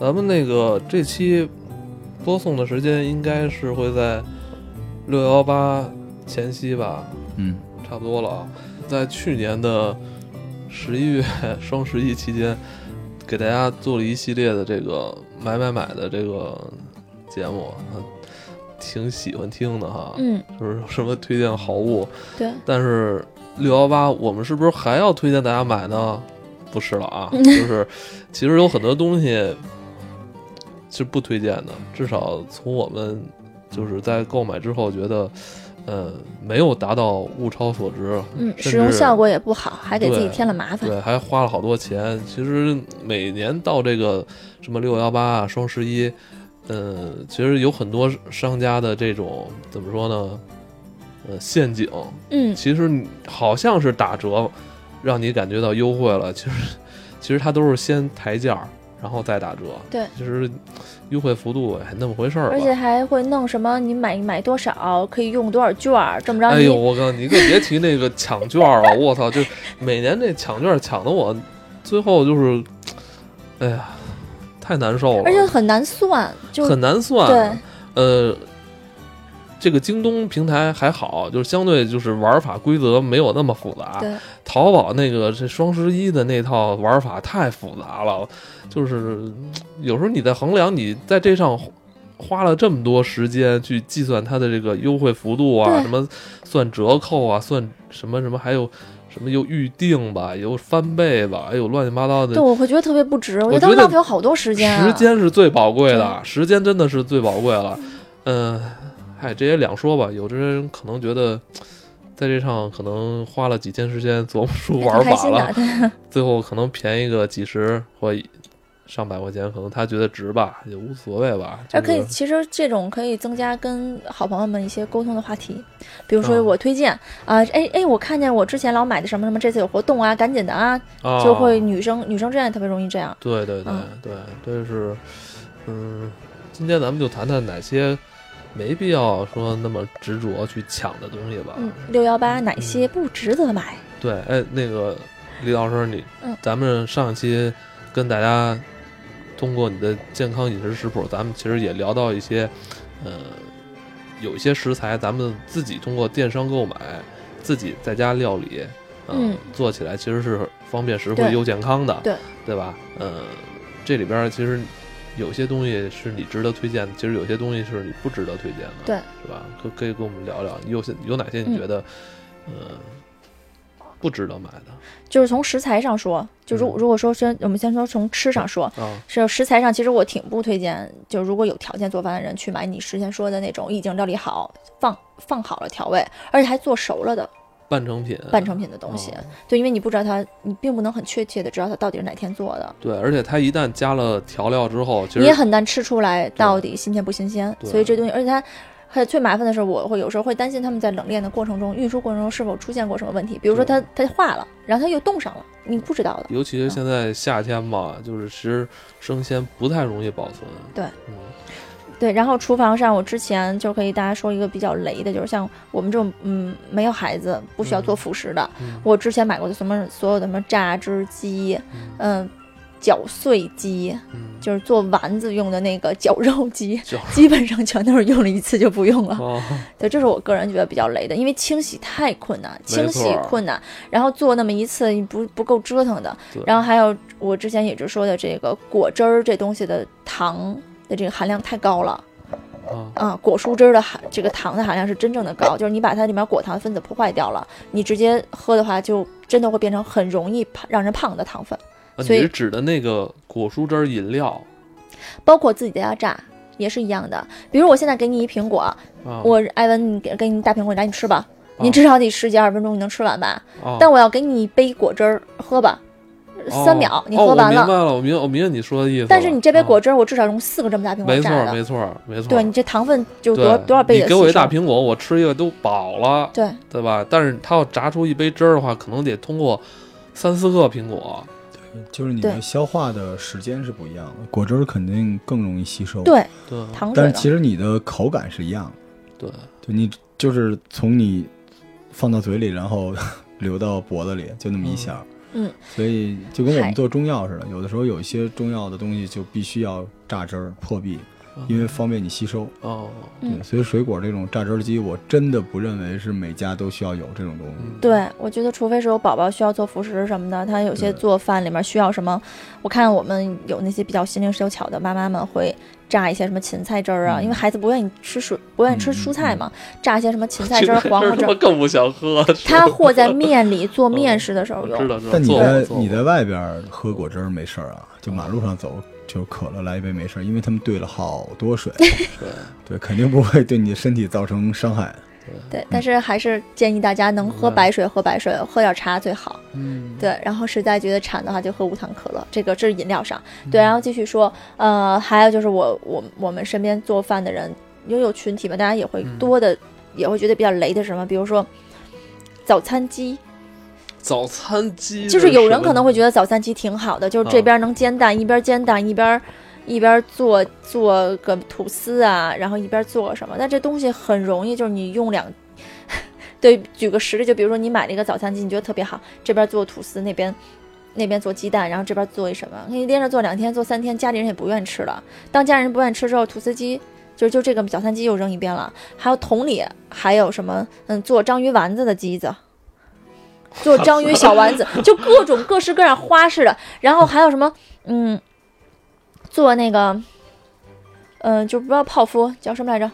咱们那个这期播送的时间应该是会在六幺八前夕吧，嗯，差不多了啊。在去年的十一月双十一期间，给大家做了一系列的这个买买买的这个节目，呃挺喜欢听的哈。嗯，就是有什么推荐好物，对，但是六幺八我们是不是还要推荐大家买呢？不是了啊，就是其实有很多东西是不推荐的，至少从我们就是在购买之后觉得，呃，没有达到物超所值，嗯，甚使用至效果也不好，还给自己对添了麻烦。对，还花了好多钱。其实每年到这个什么六幺八啊、双十一，嗯、其实有很多商家的这种怎么说呢，呃，陷阱，嗯，其实你好像是打折，让你感觉到优惠了，其实其实它都是先抬价儿，然后再打折。对，其实优惠幅度也那么回事儿吧。而且还会弄什么，你买买多少可以用多少券儿，这么着哎你呦，我靠，你可别提那个抢券儿了，我操，就每年这抢券儿抢的我，最后就是，哎呀，太难受了，而且很难算，就很难算。啊对，呃，这个京东平台还好，就是相对就是玩法规则没有那么复杂。对淘宝那个这双十一的那套玩法太复杂了，就是嗯有时候你在衡量你在这上花花了这么多时间去计算它的这个优惠幅度啊，对什么算折扣啊，算什么什么，还有什么又预定吧，有翻倍吧，还有乱七八糟的对，。我会觉得特别不值，我我觉觉得得浪费我好多时间啊。时间是最宝贵的，时间真的是最宝贵了。嗯，嗨，这也两说吧。有的人可能觉得，在这上可能花了几天时间琢磨出挺玩开法心了的，，对最后可能便宜个几十或上百块钱，可能他觉得值吧，也无所谓吧。而可以，就是其实这种可以增加跟好朋友们一些沟通的话题，比如说嗯我推荐啊，哎哎，我看见我之前老买的什么什么，这次有活动啊，赶紧的啊，啊，就会女生女生之间也特别容易这样。对对对嗯对，这是嗯，今天咱们就谈谈哪些没必要说那么执着去抢的东西吧。嗯，六幺八哪些不值得买？对，哎，那个李老师，你，嗯咱们上一期跟大家通过你的健康饮食食谱，咱们其实也聊到一些，呃，有一些食材咱们自己通过电商购买，自己在家料理，呃、嗯，做起来其实是方便实惠对又健康的，对，对吧？呃，这里边儿其实有些东西是你值得推荐的，其实有些东西是你不值得推荐的，对，是吧？可可以跟我们聊聊，有些有哪些你觉得，嗯呃，不值得买的就是从食材上说，就如嗯如果说先我们先说从吃上说，啊？是食材上其实我挺不推荐，就如果有条件做饭的人去买你之前说的那种已经料理好放放好了调味，而且还做熟了的半成品，半成品的东西，嗯哦对，因为你不知道它，你并不能很确切的知道它到底是哪天做的，对，而且它一旦加了调料之后，其你也实很难吃出来到底新鲜不新鲜。对所以这东西，而且它。还有最麻烦的是，我会有时候会担心他们在冷链的过程中、运输过程中是否出现过什么问题，比如说它它化了，然后它又冻上了，你不知道的。尤其是现在夏天嘛，就是其实生鲜不太容易保存。对，嗯，对，然后厨房上，我之前就可以大家说一个比较雷的，就是像我们这种嗯没有孩子不需要做辅食的，嗯我之前买过的什么所有的什么榨汁机，嗯，绞碎机，嗯，就是做丸子用的那个绞肉机，就基本上全都是用了一次就不用了。哦，对，这是我个人觉得比较雷的，因为清洗太困难，清洗错困难，然后做那么一次不不够折腾的对。然后还有我之前一直说的这个果汁儿这东西的糖的这个含量太高了。啊，啊，果蔬汁儿的含这个糖的含量是真正的高，就是你把它里面果糖分子破坏掉了，你直接喝的话，就真的会变成很容易胖让人胖的糖分，啊你所以是指的那个果蔬汁儿饮料包括自己在家榨也是一样的。比如我现在给你一苹果，啊？我艾文，你给给你大苹果，来你吃吧，你啊至少得十几二十分钟你能吃完吧？啊但我要给你一杯果汁儿喝吧，哦三秒你喝完哦、我明白了，了，我明我明白你说的意思了。但是你这杯果汁、汁儿，我至少用四个这么大苹果没错榨儿，的，没错儿，没错儿。对你这糖分就对多少多少倍的你给我吸一大收苹果，我吃一个都饱了，对。对吧？但是它要炸出一杯汁儿的话，可能得通过三四个苹果。就是你对的消化的时间是不一样的，果汁儿肯定更容易吸收，，对对糖水但了是，其实你的口感是一样的，对，就你 就是从你放到嘴里，然后流到脖子里，就那么一下儿，嗯，所以就跟我嗨们做中药似的，有的时候有一些中药的东西就必须要榨汁儿破壁，因为方便你吸收。哦，嗯对，所以水果这种榨汁儿机，我真的不认为是每家都需要有这种东西。嗯，对，我觉得除非是有宝宝需要做辅食什么的，他有些对做饭里面需要什么，我看我们有那些比较心灵手巧的妈妈们会榨一些什么芹菜汁儿啊，嗯因为孩子不愿意吃水，不愿意吃嗯蔬嗯菜嗯嘛，榨一些什么芹菜 这汁儿、个黄瓜事汁儿儿他，更不想喝。是吧 他和在面里做面食的时候我用知。道，知道。但你做在过做你过在外边儿喝果汁儿没事儿啊，就马路上走就渴了来一杯没事儿，因为他们兑了好多水，对对，肯定不会对你身体造成伤害。对，但是还是建议大家能喝嗯白水喝白水，喝点茶最好。嗯，对，然后实在觉得馋的话，就喝无糖可乐，这个这是饮料上。嗯对，然后继续说，呃，还有就是我我我们身边做饭的人，因为有群体嘛，大家也会嗯多的、也会觉得比较雷的是什么，比如说早餐鸡，早餐鸡就是有人可能会得觉得早餐鸡挺好的，就是啊这边能煎蛋，一边煎蛋一边一边做做个吐司啊，然后一边做什么，但这东西很容易就是你用两。 对，举个实例，就比如说你买了一个早餐鸡，你觉得特别好，这边做吐司，那边那边做鸡蛋，然后这边做一什么，你连着做两天，做三天，家里人也不愿意吃了。当家人不愿意吃之后，吐司鸡就就这个早餐鸡又扔一边了。还有同理，还有什么嗯，做章鱼丸子的鸡子。做章鱼小 丸子，就各种各式各样花式的，然后还有什么，嗯，做那个，嗯、就不知道泡芙叫什么来着，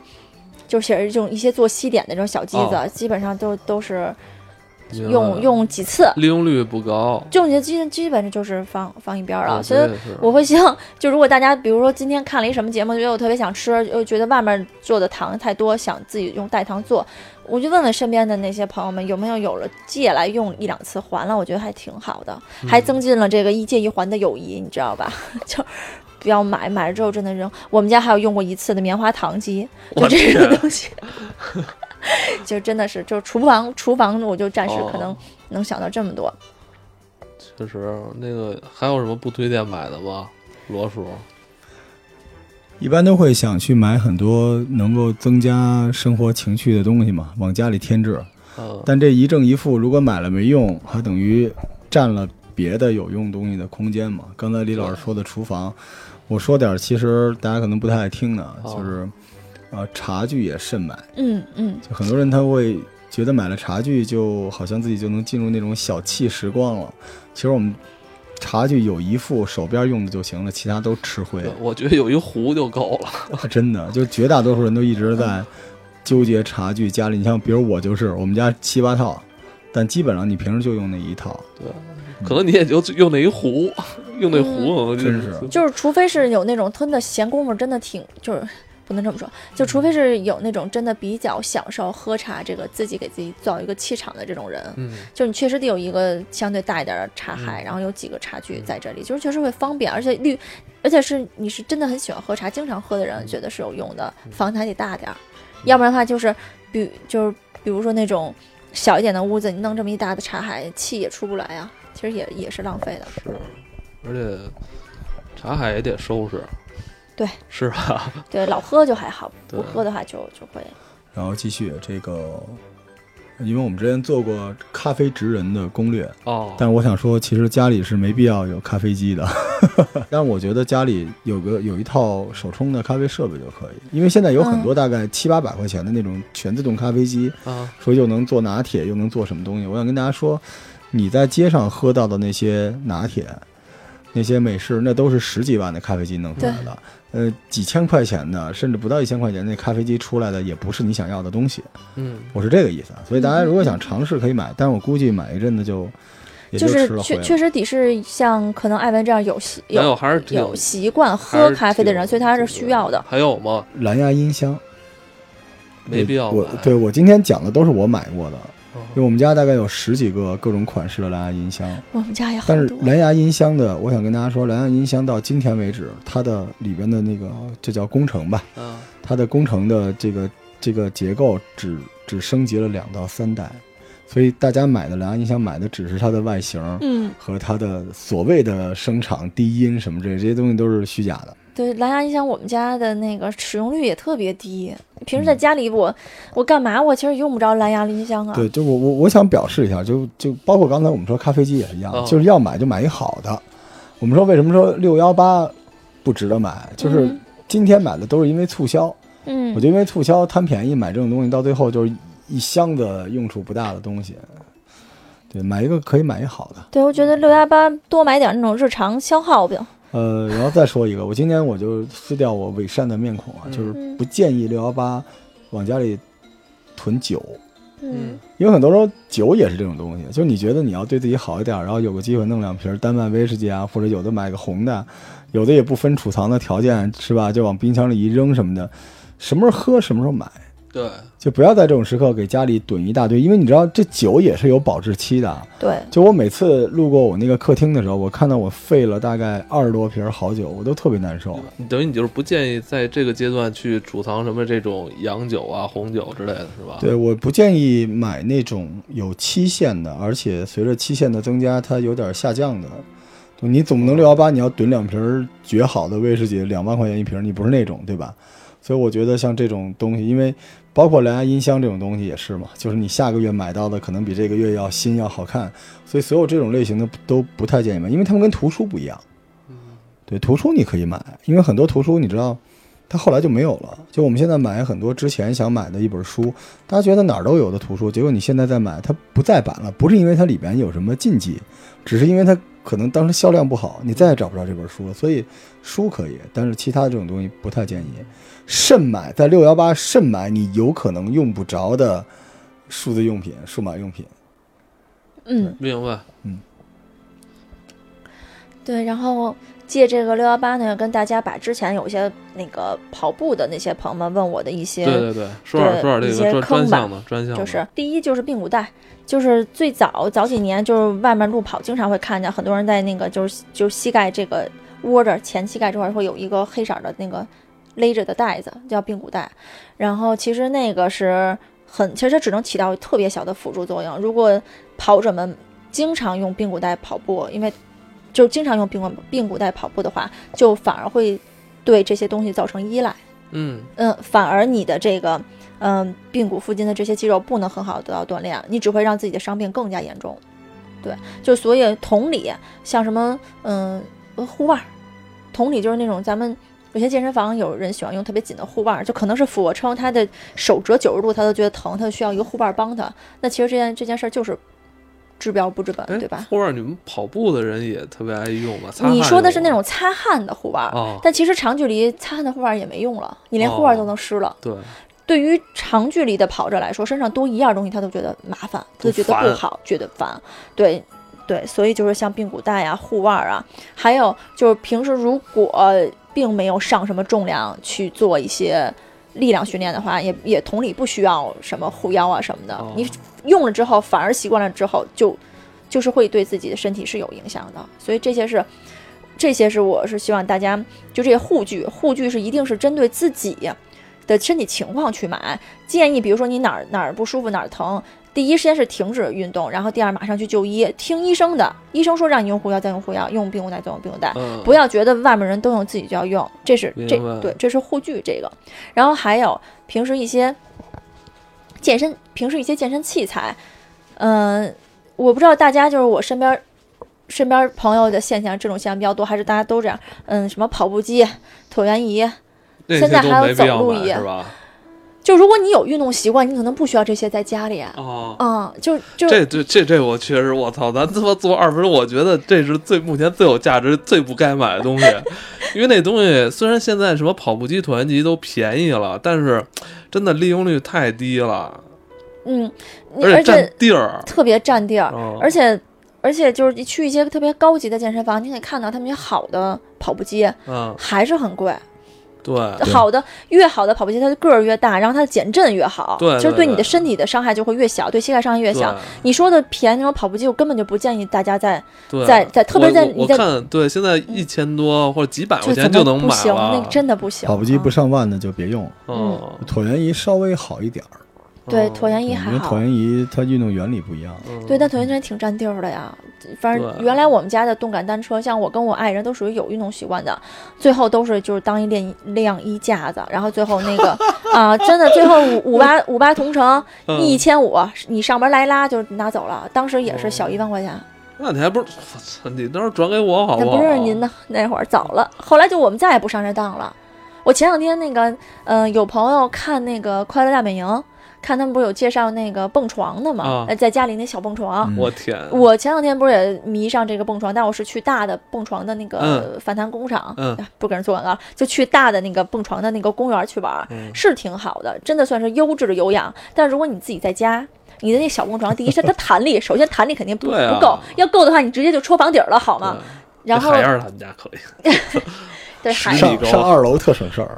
就是这种一些做西点的这种小鸡子，哦基本上都都是用用几次，利用率不高，这种就基基本上就是放放一边儿了。我所觉以得也是我会希望，就如果大家比如说今天看了一什么节目，觉得我特别想吃，又觉得外面做的糖太多，想自己用代糖做，我就问问身边的那些朋友们有没有有了借来用一两次还了，我觉得还挺好的，嗯还增进了这个一借一还的友谊，你知道吧？ 就。不要买，买了之后真的扔。我们家还有用过一次的棉花糖机，就 我这个天 东西，就真的是，就厨房厨房，我就暂时可能哦能想到这么多。确实那个还有什么不推荐买的吗？罗叔，一般都会想去买很多能够增加生活情趣的东西嘛，往家里添置。嗯，但这一正一负，如果买了没用，还等于占了别的有用东西的空间嘛。刚才李老师说的厨房，我说点儿其实大家可能不太爱听的，哦就是呃茶具也慎买，嗯嗯，就很多人他会觉得买了茶具就好像自己就能进入那种小憩时光了。其实我们茶具有一副手边用的就行了，其他都吃灰。啊我觉得有一壶就够了。真的，就绝大多数人都一直在纠结茶具。家里，你像比如我就是，我们家七八套，但基本上你平时就用那一套。可能你也就用那一壶，用那壶可能就嗯真是嗯就是除非是有那种真的闲工夫，真的挺就是不能这么说，就除非是有那种真的比较享受喝茶这个自己给自己造一个气场的这种人，嗯，就你确实得有一个相对大一点的茶海，嗯然后有几个茶具在这里，就是确实会方便，而且绿，而且是你是真的很喜欢喝茶，经常喝的嗯人觉得是有用的，房子还得大点儿，要不然的话就是比就是比如说那种小一点的屋子，你弄这么一大的茶海，气也出不来啊，其实也也是浪费的。是，而且茶海也得收拾，对，是吧？对，老喝就还好，不对喝的话就就会然后继续这个，因为我们之前做过咖啡职人的攻略，哦，但是我想说，其实家里是没必要有咖啡机的。 但我觉得家里有个有一套手冲的咖啡设备就可以，因为现在有很多大概七八百块钱的那种全自动咖啡机，啊，说又能做拿铁，又能做什么东西。我想跟大家说，你在街上喝到的那些拿铁、那些美式，那都是十几万的咖啡机弄出来的。呃，几千块钱的，甚至不到一千块钱那咖啡机出来的，也不是你想要的东西。嗯，我是这个意思啊。所以大嗯家如果想尝试，可以买，但是我估计买一阵子就也是吃了灰确了。确实得是像可能艾文这样有习没有有还是挺有习惯还喝是咖啡的人，挺所以他是需要的。还有吗？蓝牙音箱没必要我买。对我今天讲的都是我买过的，哦因为我们家大概有十几个各种款式的蓝牙音箱。我们家也好但是多，啊蓝牙音箱的，我想跟大家说，蓝牙音箱到今天为止，它的里边的那个这叫工程吧，嗯，它的工程的这个这个结构只只升级了两到三代，所以大家买的蓝牙音箱买的只是它的外形嗯，和它的所谓的声场低音什么这些这些东西都是虚假的。对，蓝牙音响我们家的那个使用率也特别低。平嗯时在家里我我干嘛我其实用不着蓝牙音箱啊。对，就我我我想表示一下，就就包括刚才我们说咖啡机也是一样，哦就是要买就买一好的。我们说为什么说六幺八不值得买，就是嗯今天买的都是因为促销，嗯我，就因为促销贪便宜买这种东西，到最后就是一箱子用处不大的东西。对，买一个可以买一好的。对，我觉得六幺八多买点那种日常消耗品。呃，然后再说一个，我今年我就撕掉我伪善的面孔啊，嗯就是不建议六幺八往家里囤酒，嗯，因为很多时候酒也是这种东西，就是你觉得你要对自己好一点，然后有个机会弄两瓶丹麦威士忌啊，或者有的买个红的，有的也不分储藏的条件是吧？就往冰箱里一扔什么的，什么时候喝什么时候买，对，就不要在这种时刻给家里囤一大堆，因为你知道这酒也是有保质期的。啊对，就我每次路过我那个客厅的时候，我看到我废了大概二十多瓶好酒，我都特别难受。你等于你就是不建议在这个阶段去储藏什么这种洋酒啊、红酒之类的，是吧？对，我不建议买那种有期限的，而且随着期限的增加，它有点下降的。就你总不能六幺八你要囤两瓶儿绝好的威士忌，两万块钱一瓶儿，你不是那种对吧？所以我觉得像这种东西，因为包括蓝牙音箱这种东西也是嘛，就是你下个月买到的可能比这个月要新要好看，所以所有这种类型的都不太建议买，因为它们跟图书不一样。对，图书你可以买，因为很多图书你知道，它后来就没有了。就我们现在买很多之前想买的一本书，大家觉得哪儿都有的图书，结果你现在再买，它不再版了，不是因为它里边有什么禁忌，只是因为它可能当时销量不好，你再也找不着这本书了。所以书可以，但是其他这种东西不太建议。慎买，在六幺八慎买你有可能用不着的数字用品、数码用品。嗯，明白。对。然后借这个六幺八呢，跟大家把之前有一些那个跑步的那些朋友们问我的一些对对对，说点对说点这一个些专专坑吧项的专项的，就是第一就是髌骨带，就是最早早几年就是外面路跑经常会看见很多人在那个就是就是膝盖这个窝着前膝盖这块会有一个黑色的那个勒着的带子，叫髌骨带。然后其实那个是很，其实它只能起到特别小的辅助作用。如果跑者们经常用髌骨带跑步，因为就经常用髌骨髌骨带跑步的话，就反而会对这些东西造成依赖。嗯，嗯，反而你的这个，嗯，髌骨附近的这些肌肉不能很好的得到锻炼，啊你只会让自己的伤病更加严重。对，就所以同理，像什么，嗯，呃护腕儿，同理就是那种咱们有些健身房有人喜欢用特别紧的护腕儿，就可能是俯卧撑，他的手折九十度他都觉得疼，他需要一个护腕儿帮他。那其实这件这件事儿就是治标不治本，哎对吧？后边你们跑步的人也特别爱用嘛？擦汗你说的用是那吗种擦汗的护腕儿，哦，但其实长距离擦汗的护腕儿也没用了，你连护腕儿都能湿了。对，对于长距离的跑者来说，身上多一样东西他都觉得麻烦，他就觉得不好，觉得烦。对，对，所以就是像髌骨带啊、护腕啊，还有就是平时如果呃并没有上什么重量去做一些力量训练的话，也也同理不需要什么护腰啊什么的。哦你用了之后，反而习惯了之后就就是会对自己的身体是有影响的。所以这些是这些是我是希望大家就这些护具，护具是一定是针对自己的身体情况去买。建议比如说你哪儿哪儿不舒服哪儿疼。第一时间是停止运动，然后第二马上去就医，听医生的。医生说让你用护腰，再用护腰；用髌骨带，再用髌骨带。嗯，不要觉得外面人都用，自己就要用，这是这明白对，这是护具这个。然后还有平时一些健身，平时一些健身器材，嗯、我不知道大家就是我身边身边朋友的现象，这种现象比较多，还是大家都这样？嗯，什么跑步机、椭圆仪，那些现在都还有没必走要路买仪是吧？就如果你有运动习惯，你可能不需要这些在家里啊，哦，嗯，就就这这这这我确实，我操，咱他妈做二分钟，我觉得这是最目前最有价值、最不该买的东西， 因为那东西虽然现在什么跑步机、椭圆机都便宜了，但是真的利用率太低了，嗯，你而而占且嗯地儿，特别占地儿，哦而且而且就是你去一些特别高级的健身房，你可以看到他们有好的跑步机嗯，还是很贵，对，好的越好的跑步机它的个儿越大，然后它的减震越好，对就是对对你对的身体的伤害就会越小，对膝盖伤害越对小。你说的便宜那种跑步机，我根本就不建议大家在对，啊在在特别我在我你我在嗯看对，现在一千多或者几百就块怎钱就么能不买行，那了啊个，真的不行。跑步机啊不上万的就别用，嗯，椭圆仪稍微好一点儿，啊对，嗯椭圆仪对还因为好椭。圆仪它运动原理不一样，嗯对，但椭圆仪挺占地儿的呀。反正对原来我们家的动感单车，像我跟我爱人都属于有运动习惯的，最后都是就是当一晾晾衣架子，然后最后那个 啊、真的最后五五八五八同城嗯一千五，你上门来拉就拿走了，当时也是小哦一万块钱，那你还不是我操？你当时转给我好那哦好？啊不是您的那会儿早了，后来就我们再也不上这当了。我前两天那个，嗯、有朋友看那个《快乐大本营》，看他们不是有介绍那个蹦床的嘛啊，呃在家里那小蹦床，嗯我天！我前两天不是也迷上这个蹦床，但我是去大的蹦床的那个嗯反弹工厂，嗯哎不给人做广告，就去大的那个蹦床的那个公园去玩儿，嗯是挺好的，真的算是优质的有氧。但如果你自己在家，你的那小蹦床，第一是它弹力，首先弹力肯定不、对啊不够，要够的话你直接就戳房顶儿了，好吗？对然后海燕儿他们家可以，对实海力上高上二楼特省事儿。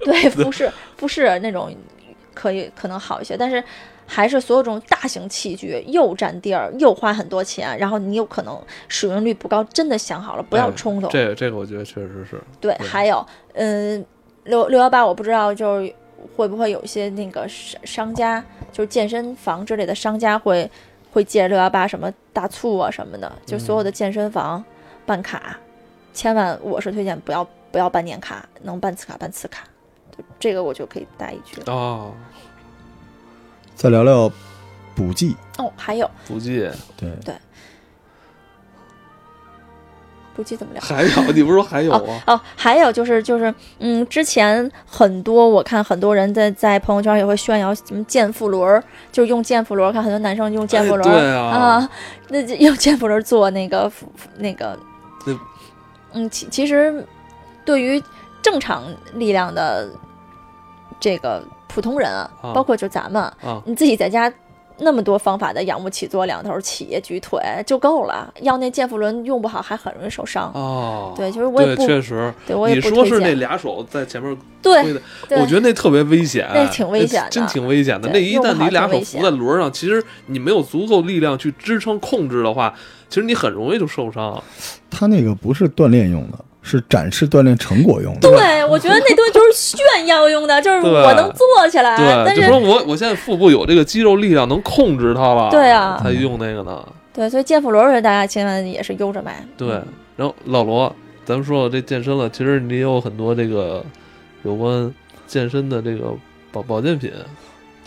对不是不是那种可以可能好一些，但是。还是所有这种大型器具又占地儿，又花很多钱，然后你有可能使用率不高。真的想好了，不要对冲动。这个这个我觉得确实是，对，对还有，嗯，六六幺八，我不知道就是会不会有一些那个商商家，就是健身房之类的商家会会借六幺八什么大促啊什么的，就嗯所有的健身房办卡，千万我是推荐不要不要办年卡，能办次卡办次卡，就这个我就可以带一句。哦，再聊聊补剂，哦，还有不记对，不记怎么聊。还有，你不是说还有啊？哦，还有就是就是，嗯，之前很多我看很多人在在朋友圈也会炫耀什么健腹轮儿，就是用健腹轮儿，看很多男生用健腹轮哎儿、对啊啊，那就用健腹轮儿做那个 腹那个那，嗯，其其实对于正常力量的这个普通人啊，啊包括就咱们，啊，你自己在家那么多方法的仰卧起坐、两头起、举腿就够了，要那健腹轮用不好还很容易受伤。哦，对，就是我也对，不确实，对，我也你不说推是那荐。俩手在前面推对，的，对我觉得那特别危险，那挺危险的真挺危险的。对那一用不旦好你俩挺手危险扶在轮儿上，其实你没有足够力量去支撑控制的话，其实你很容易就受啊伤。它那个不是锻炼用的，是展示锻炼成果用的。对我觉得那东西就是炫耀用的，就是对我能做起来，对，但就是说我我现在腹部有这个肌肉力量能控制它了，对啊才用那个呢。对，所以健腹轮儿大家千万也是悠着买。嗯对，然后老罗，咱们说到这健身了，其实你也有很多这个有关健身的这个保保健品，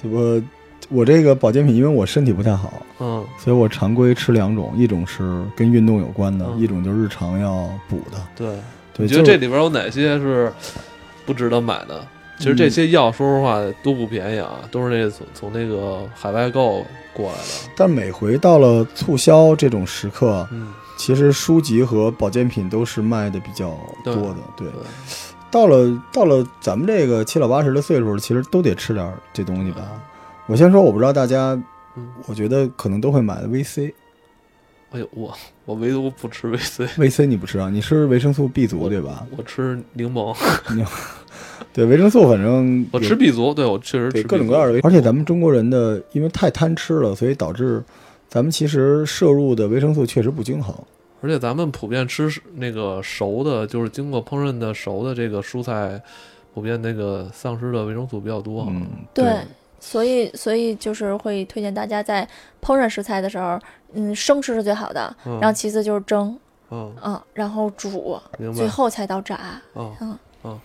对我我这个保健品，因为我身体不太好，嗯所以我常规吃两种，一种是跟运动有关的，嗯一种就是日常要补的。，对。对，你觉得就这里边有哪些是不值得买的？其嗯实这些药，说实话都不便宜啊，都是那从从那个海外购过来的。但每回到了促销这种时刻，嗯，其实书籍和保健品都是卖的比较多的。对，对，到了到了咱们这个七老八十的岁数，其实都得吃点儿这东西吧。我先说，我不知道大家嗯，我觉得可能都会买的 VC。哎呦，我我唯独不吃维 C， VC 你不吃啊？你吃维生素 B 族对吧？我吃柠 檬，对，维生素反正我也吃 B 族，对我确实对吃各种 B 各样的族维，而且咱们中国人的因为太贪吃了，所以导致咱们其实摄入的维生素确实不均衡。而且咱们普遍吃是那个熟的，就是经过烹饪的熟的这个蔬菜，普遍那个丧失的维生素比较多。嗯，对对，所以所以就是会推荐大家在烹饪食材的时候，嗯，生吃是最好的，嗯，然后其次就是蒸，嗯，嗯，然后煮，明最白。后才到炸。嗯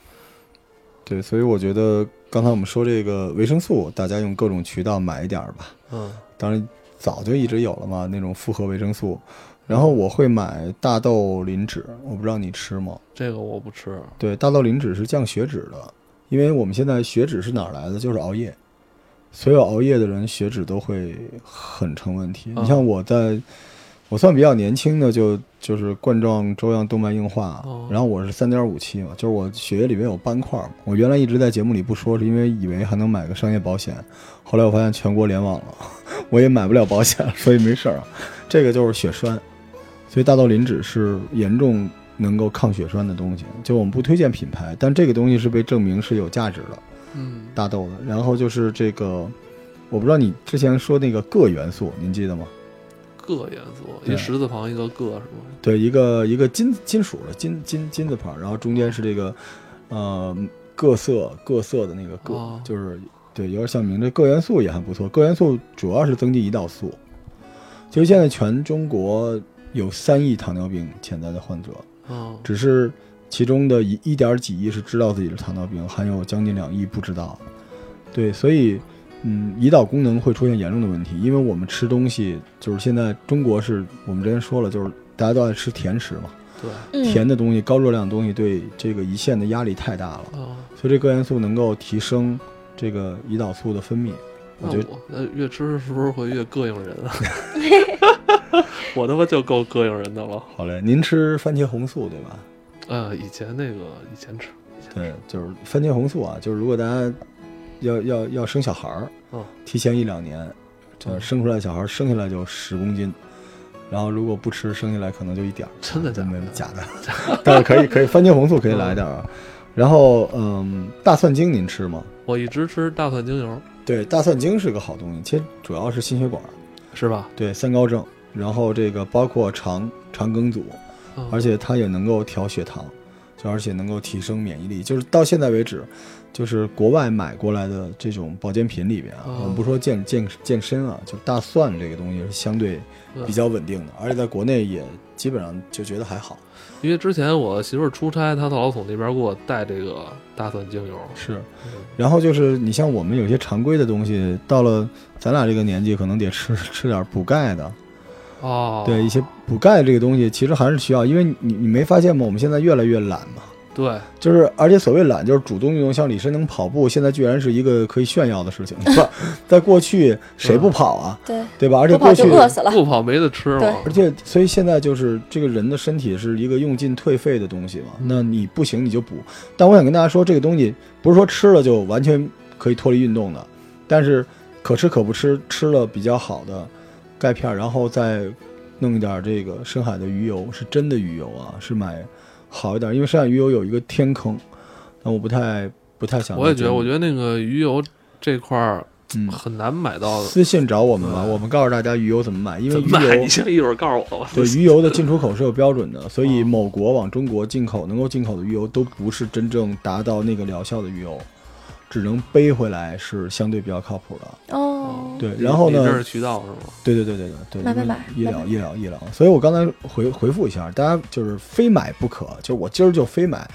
对，所以我觉得刚才我们说这个维生素，大家用各种渠道买一点儿吧。嗯当然早就一直有了嘛，那种复合维生素。然后我会买大豆磷脂，我不知道你吃吗？这个我不吃。对，大豆磷脂是降血脂的，因为我们现在血脂是哪儿来的？就是熬夜。所有熬夜的人血脂都会很成问题。嗯你像我在，我算比较年轻的，就就是冠状周样动脉硬化啊哦，然后我是三点五七嘛，就是我血液里面有斑块嘛。我原来一直在节目里不说，是因为以为还能买个商业保险，后来我发现全国联网了， 我也买不了保险，所以没事儿啊。这个就是血栓，所以大豆磷脂是严重能够抗血栓的东西。就我们不推荐品牌，但这个东西是被证明是有价值的，嗯，大豆的。然后就是这个，我不知道你之前说那个铬元素，您记得吗？铬元素，一对石字旁一个铬是吗？对，一个一个金金属的金金金字旁，然后中间是这个呃各色各色的那个铬，哦就是对，有点像名字。铬元素也很不错，铬元素主要是增进胰岛素。其实现在全中国有三亿糖尿病潜在的患者，嗯只是其中的一一点几亿是知道自己是糖尿病，还有将近两亿不知道。对，所以嗯，胰岛功能会出现严重的问题，因为我们吃东西就是现在中国是我们之前说了，就是大家都爱吃甜食嘛，对，嗯甜的东西、高热量的东西对这个胰腺的压力太大了，啊，所以这个元素能够提升这个胰岛素的分泌。我那觉得我那越吃是不是会越膈应人 啊？我他妈就够膈应人的了。好嘞，您吃番茄红素对吧？呃，以前那个以前吃，对，就是番茄红素啊，就是如果大家要要要生小孩儿，嗯提前一两年，就是生出来小孩儿生下来就十公斤，然后如果不吃，生下来可能就一点儿，真的假真的的假的， 但是可以可以，番茄红素可以来点儿啊。然后嗯，大蒜精您吃吗？我一直吃大蒜精油，对，大蒜精是个好东西，其实主要是心血管儿，是吧？对三高症，然后这个包括肠肠梗阻，嗯而且它也能够调血糖，就而且能够提升免疫力。就是到现在为止，就是国外买过来的这种保健品里边啊，哦我们不说健健健身啊，就大蒜这个东西是相对嗯比较稳定的，而且在国内也基本上就觉得还好。因为之前我媳妇儿出差，她到老总那边给我带这个大蒜精油，是，嗯然后就是你像我们有些常规的东西，到了咱俩这个年纪，可能得吃 吃点补钙的，哦，对一些补钙这个东西，其实还是需要，因为你你没发现吗？我们现在越来越懒嘛。对，就是，而且所谓懒，就是主动运动，像李申能跑步，现在居然是一个可以炫耀的事情。 不，在过去谁不跑啊，对，对吧？而且不跑过就去，饿死了。不跑没得吃嘛，而且所以现在就是这个人的身体是一个用进退废的东西嗯嘛。那你不行你就补，但我想跟大家说，这个东西不是说吃了就完全可以脱离运动的，但是可吃可不吃，吃了比较好的钙片儿，然后再弄一点这个深海的鱼油，是真的鱼油啊，是买好一点，因为深海鱼油有一个天坑，但我不太不太想。我也觉得，我觉得得那个鱼油这块儿嗯，很难买到的。私信找我们吧，对我们告诉大家鱼油怎么买，因为怎鱼么买？油你先一会儿告诉我吧。对鱼油的进出口是有标准的，所以哦某国往中国进口能够进口的鱼油都不是真正达到那个疗效的鱼油，只能背回来是相对比较靠谱的。哦，对然后呢你这是渠道是吗？对对对对对对，买买买医买疗医疗医疗。所以我刚才回回复一下，大家就是非买不可，就是我今儿就非买。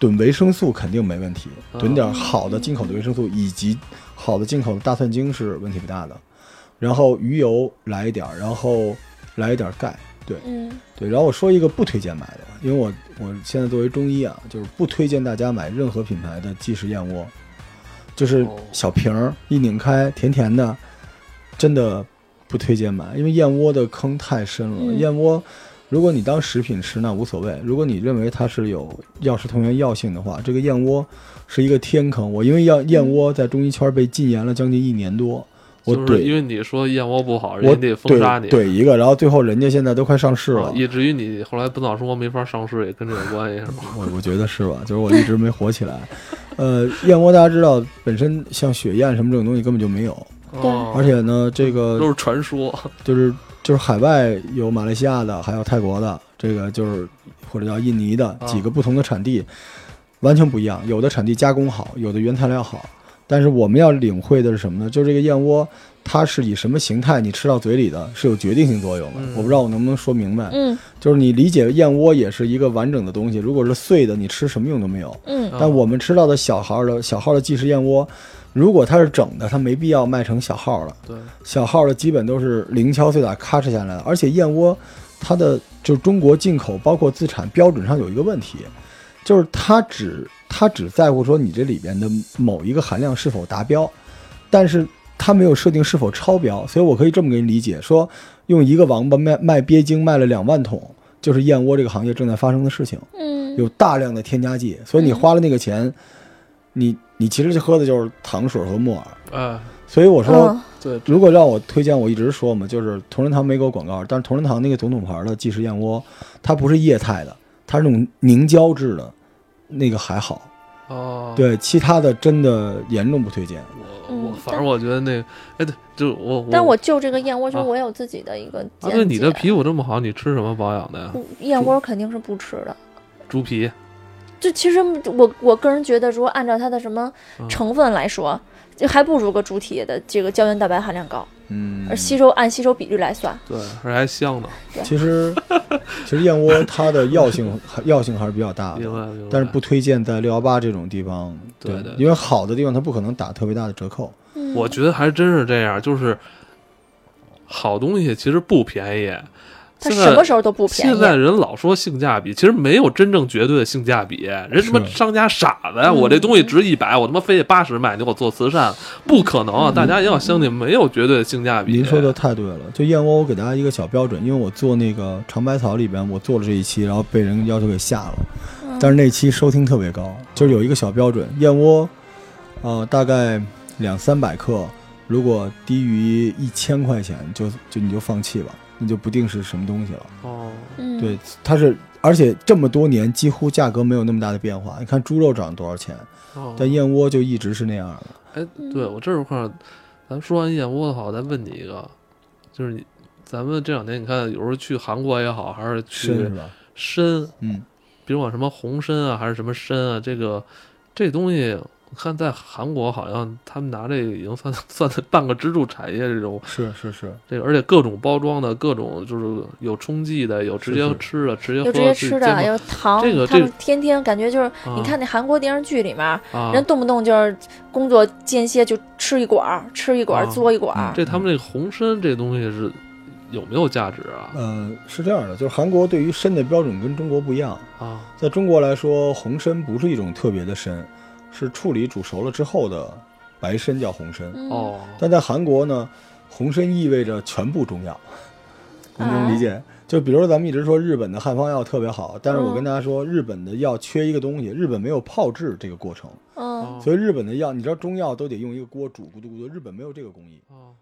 囤维生素肯定没问题，哦囤点好的进口的维生素以及好的进口的大蒜精是问题不大的。然后鱼油来一点儿，然后来一点儿钙，对，嗯，对，然后我说一个不推荐买的，因为我我现在作为中医啊，就是不推荐大家买任何品牌的即食燕窝，就是哦小瓶儿一拧开甜甜的，真的不推荐买，因为燕窝的坑太深了。嗯燕窝，如果你当食品吃那无所谓，如果你认为它是有药食同源药性的话，这个燕窝是一个天坑。我因为燕燕窝在中医圈被禁言了将近一年多，我就怼、是因为你说燕窝不好，我人家得封杀怼你。怼一个，然后最后人家现在都快上市了啊，以至于你后来本草生活没法上市，也跟这有关系是吗？ 我我觉得是吧，就是我一直没火起来。呃，燕窝大家知道，本身像雪燕什么这种东西根本就没有，对哦而且呢，这都个是传说。就是就是海外有马来西亚的，还有泰国的，这个就是或者叫印尼的啊几个不同的产地，完全不一样。有的产地加工好，有的原材料好，但是我们要领会的是什么呢？就是这个燕窝，它是以什么形态你吃到嘴里的是有决定性作用的。嗯我不知道我能不能说明白，嗯就是你理解燕窝也是一个完整的东西，如果是碎的，你吃什么用都没有。嗯但我们吃到的小号的小号的即食燕窝，如果它是整的，它没必要卖成小号了。对，小号的基本都是零敲碎打咔哧下来的，而且燕窝它的就是中国进口包括自产标准上有一个问题，就是它只它只在乎说你这里边的某一个含量是否达标，但是它没有设定是否超标，所以我可以这么给你理解，说用一个王八卖卖鳖精卖了两万桶，就是燕窝这个行业正在发生的事情。嗯，有大量的添加剂，所以你花了那个钱，你你其实就喝的就是糖水和木耳。哎，所以我说，嗯对，如果让我推荐，我一直说嘛，就是同仁堂没给我广告，但是同仁堂那个总统牌的即食燕窝，它不是液态的，它是那种凝胶质的，那个还好。哦，对，其他的真的严重不推荐。我嗯我反正但我觉得那，哎，对，就我我。但我就这个燕窝，就啊我有自己的一个啊，见解。对，你的皮肤这么好，你吃什么保养的呀？嗯燕窝肯定是不吃的。猪皮。就其实我我个人觉得，如果按照它的什么嗯成分来说，就还不如个猪蹄的这个胶原蛋白含量高，嗯而，吸收按吸收比率来算，对，而且还香呢，其 实其实燕窝它的药性 药性还是比较大明的，白明白。但是不推荐在六幺八这种地方，对对对因为好的地方它不可能打特别大的折扣，嗯我觉得还真是这样，就是好东西其实不便宜。它现什么在时候都不便宜。现在人老说性价比，其实没有真正绝对的性价比。人他妈是商家傻子嗯呀！我这东西值一百，我他妈非得八十卖你，我做慈善不可能啊！大家也要相信，没有绝对的性价比。嗯您说的太对了，就燕窝，我给大家一个小标准，因为我做那个尝百草里边，我做了这一期，然后被人要求给下了，但是那期收听特别高，就是有一个小标准，燕窝，呃，大概两三百克，如果低于一千块钱，就就你就放弃吧，那就不定是什么东西了。哦，嗯，对，它是，而且这么多年几乎价格没有那么大的变化，你看猪肉涨多少钱，哦但燕窝就一直是那样的。哎，嗯对我这块儿，咱说完燕窝的话，我再问你一个，就是你咱们这两天你看，有时候去韩国也好，还是参是去吧？参，嗯，比如往什么红参啊，还是什么参啊，这个这东西，我看在韩国好像他们拿这个已经算 算在半个支柱产业这种，是是是，这个而且各种包装的，各种就是有冲剂的，有直接是是吃的，直接喝有直的，接自己吃煎的，的有糖，这个他们这天天感觉就是，啊你看那韩国电视剧里面，啊，人动不动就是工作间歇就吃一管儿，吃一管儿，啊嘬一管儿嗯。这他们这个红参这东西是有没有价值啊？呃，是这样的，就是韩国对于参的标准跟中国不一样。啊，在中国来说，红参不是一种特别的参，是处理煮熟了之后的白参叫红参。嗯，哦，但在韩国呢，红参意味着全部中药，您能理解？就比如说咱们一直说日本的汉方药特别好，但是我嗯跟大家说，日本的药缺一个东西，日本没有泡制这个过程，嗯。哦所以日本的药，你知道中药都得用一个锅煮咕嘟咕嘟，日本没有这个工艺。哦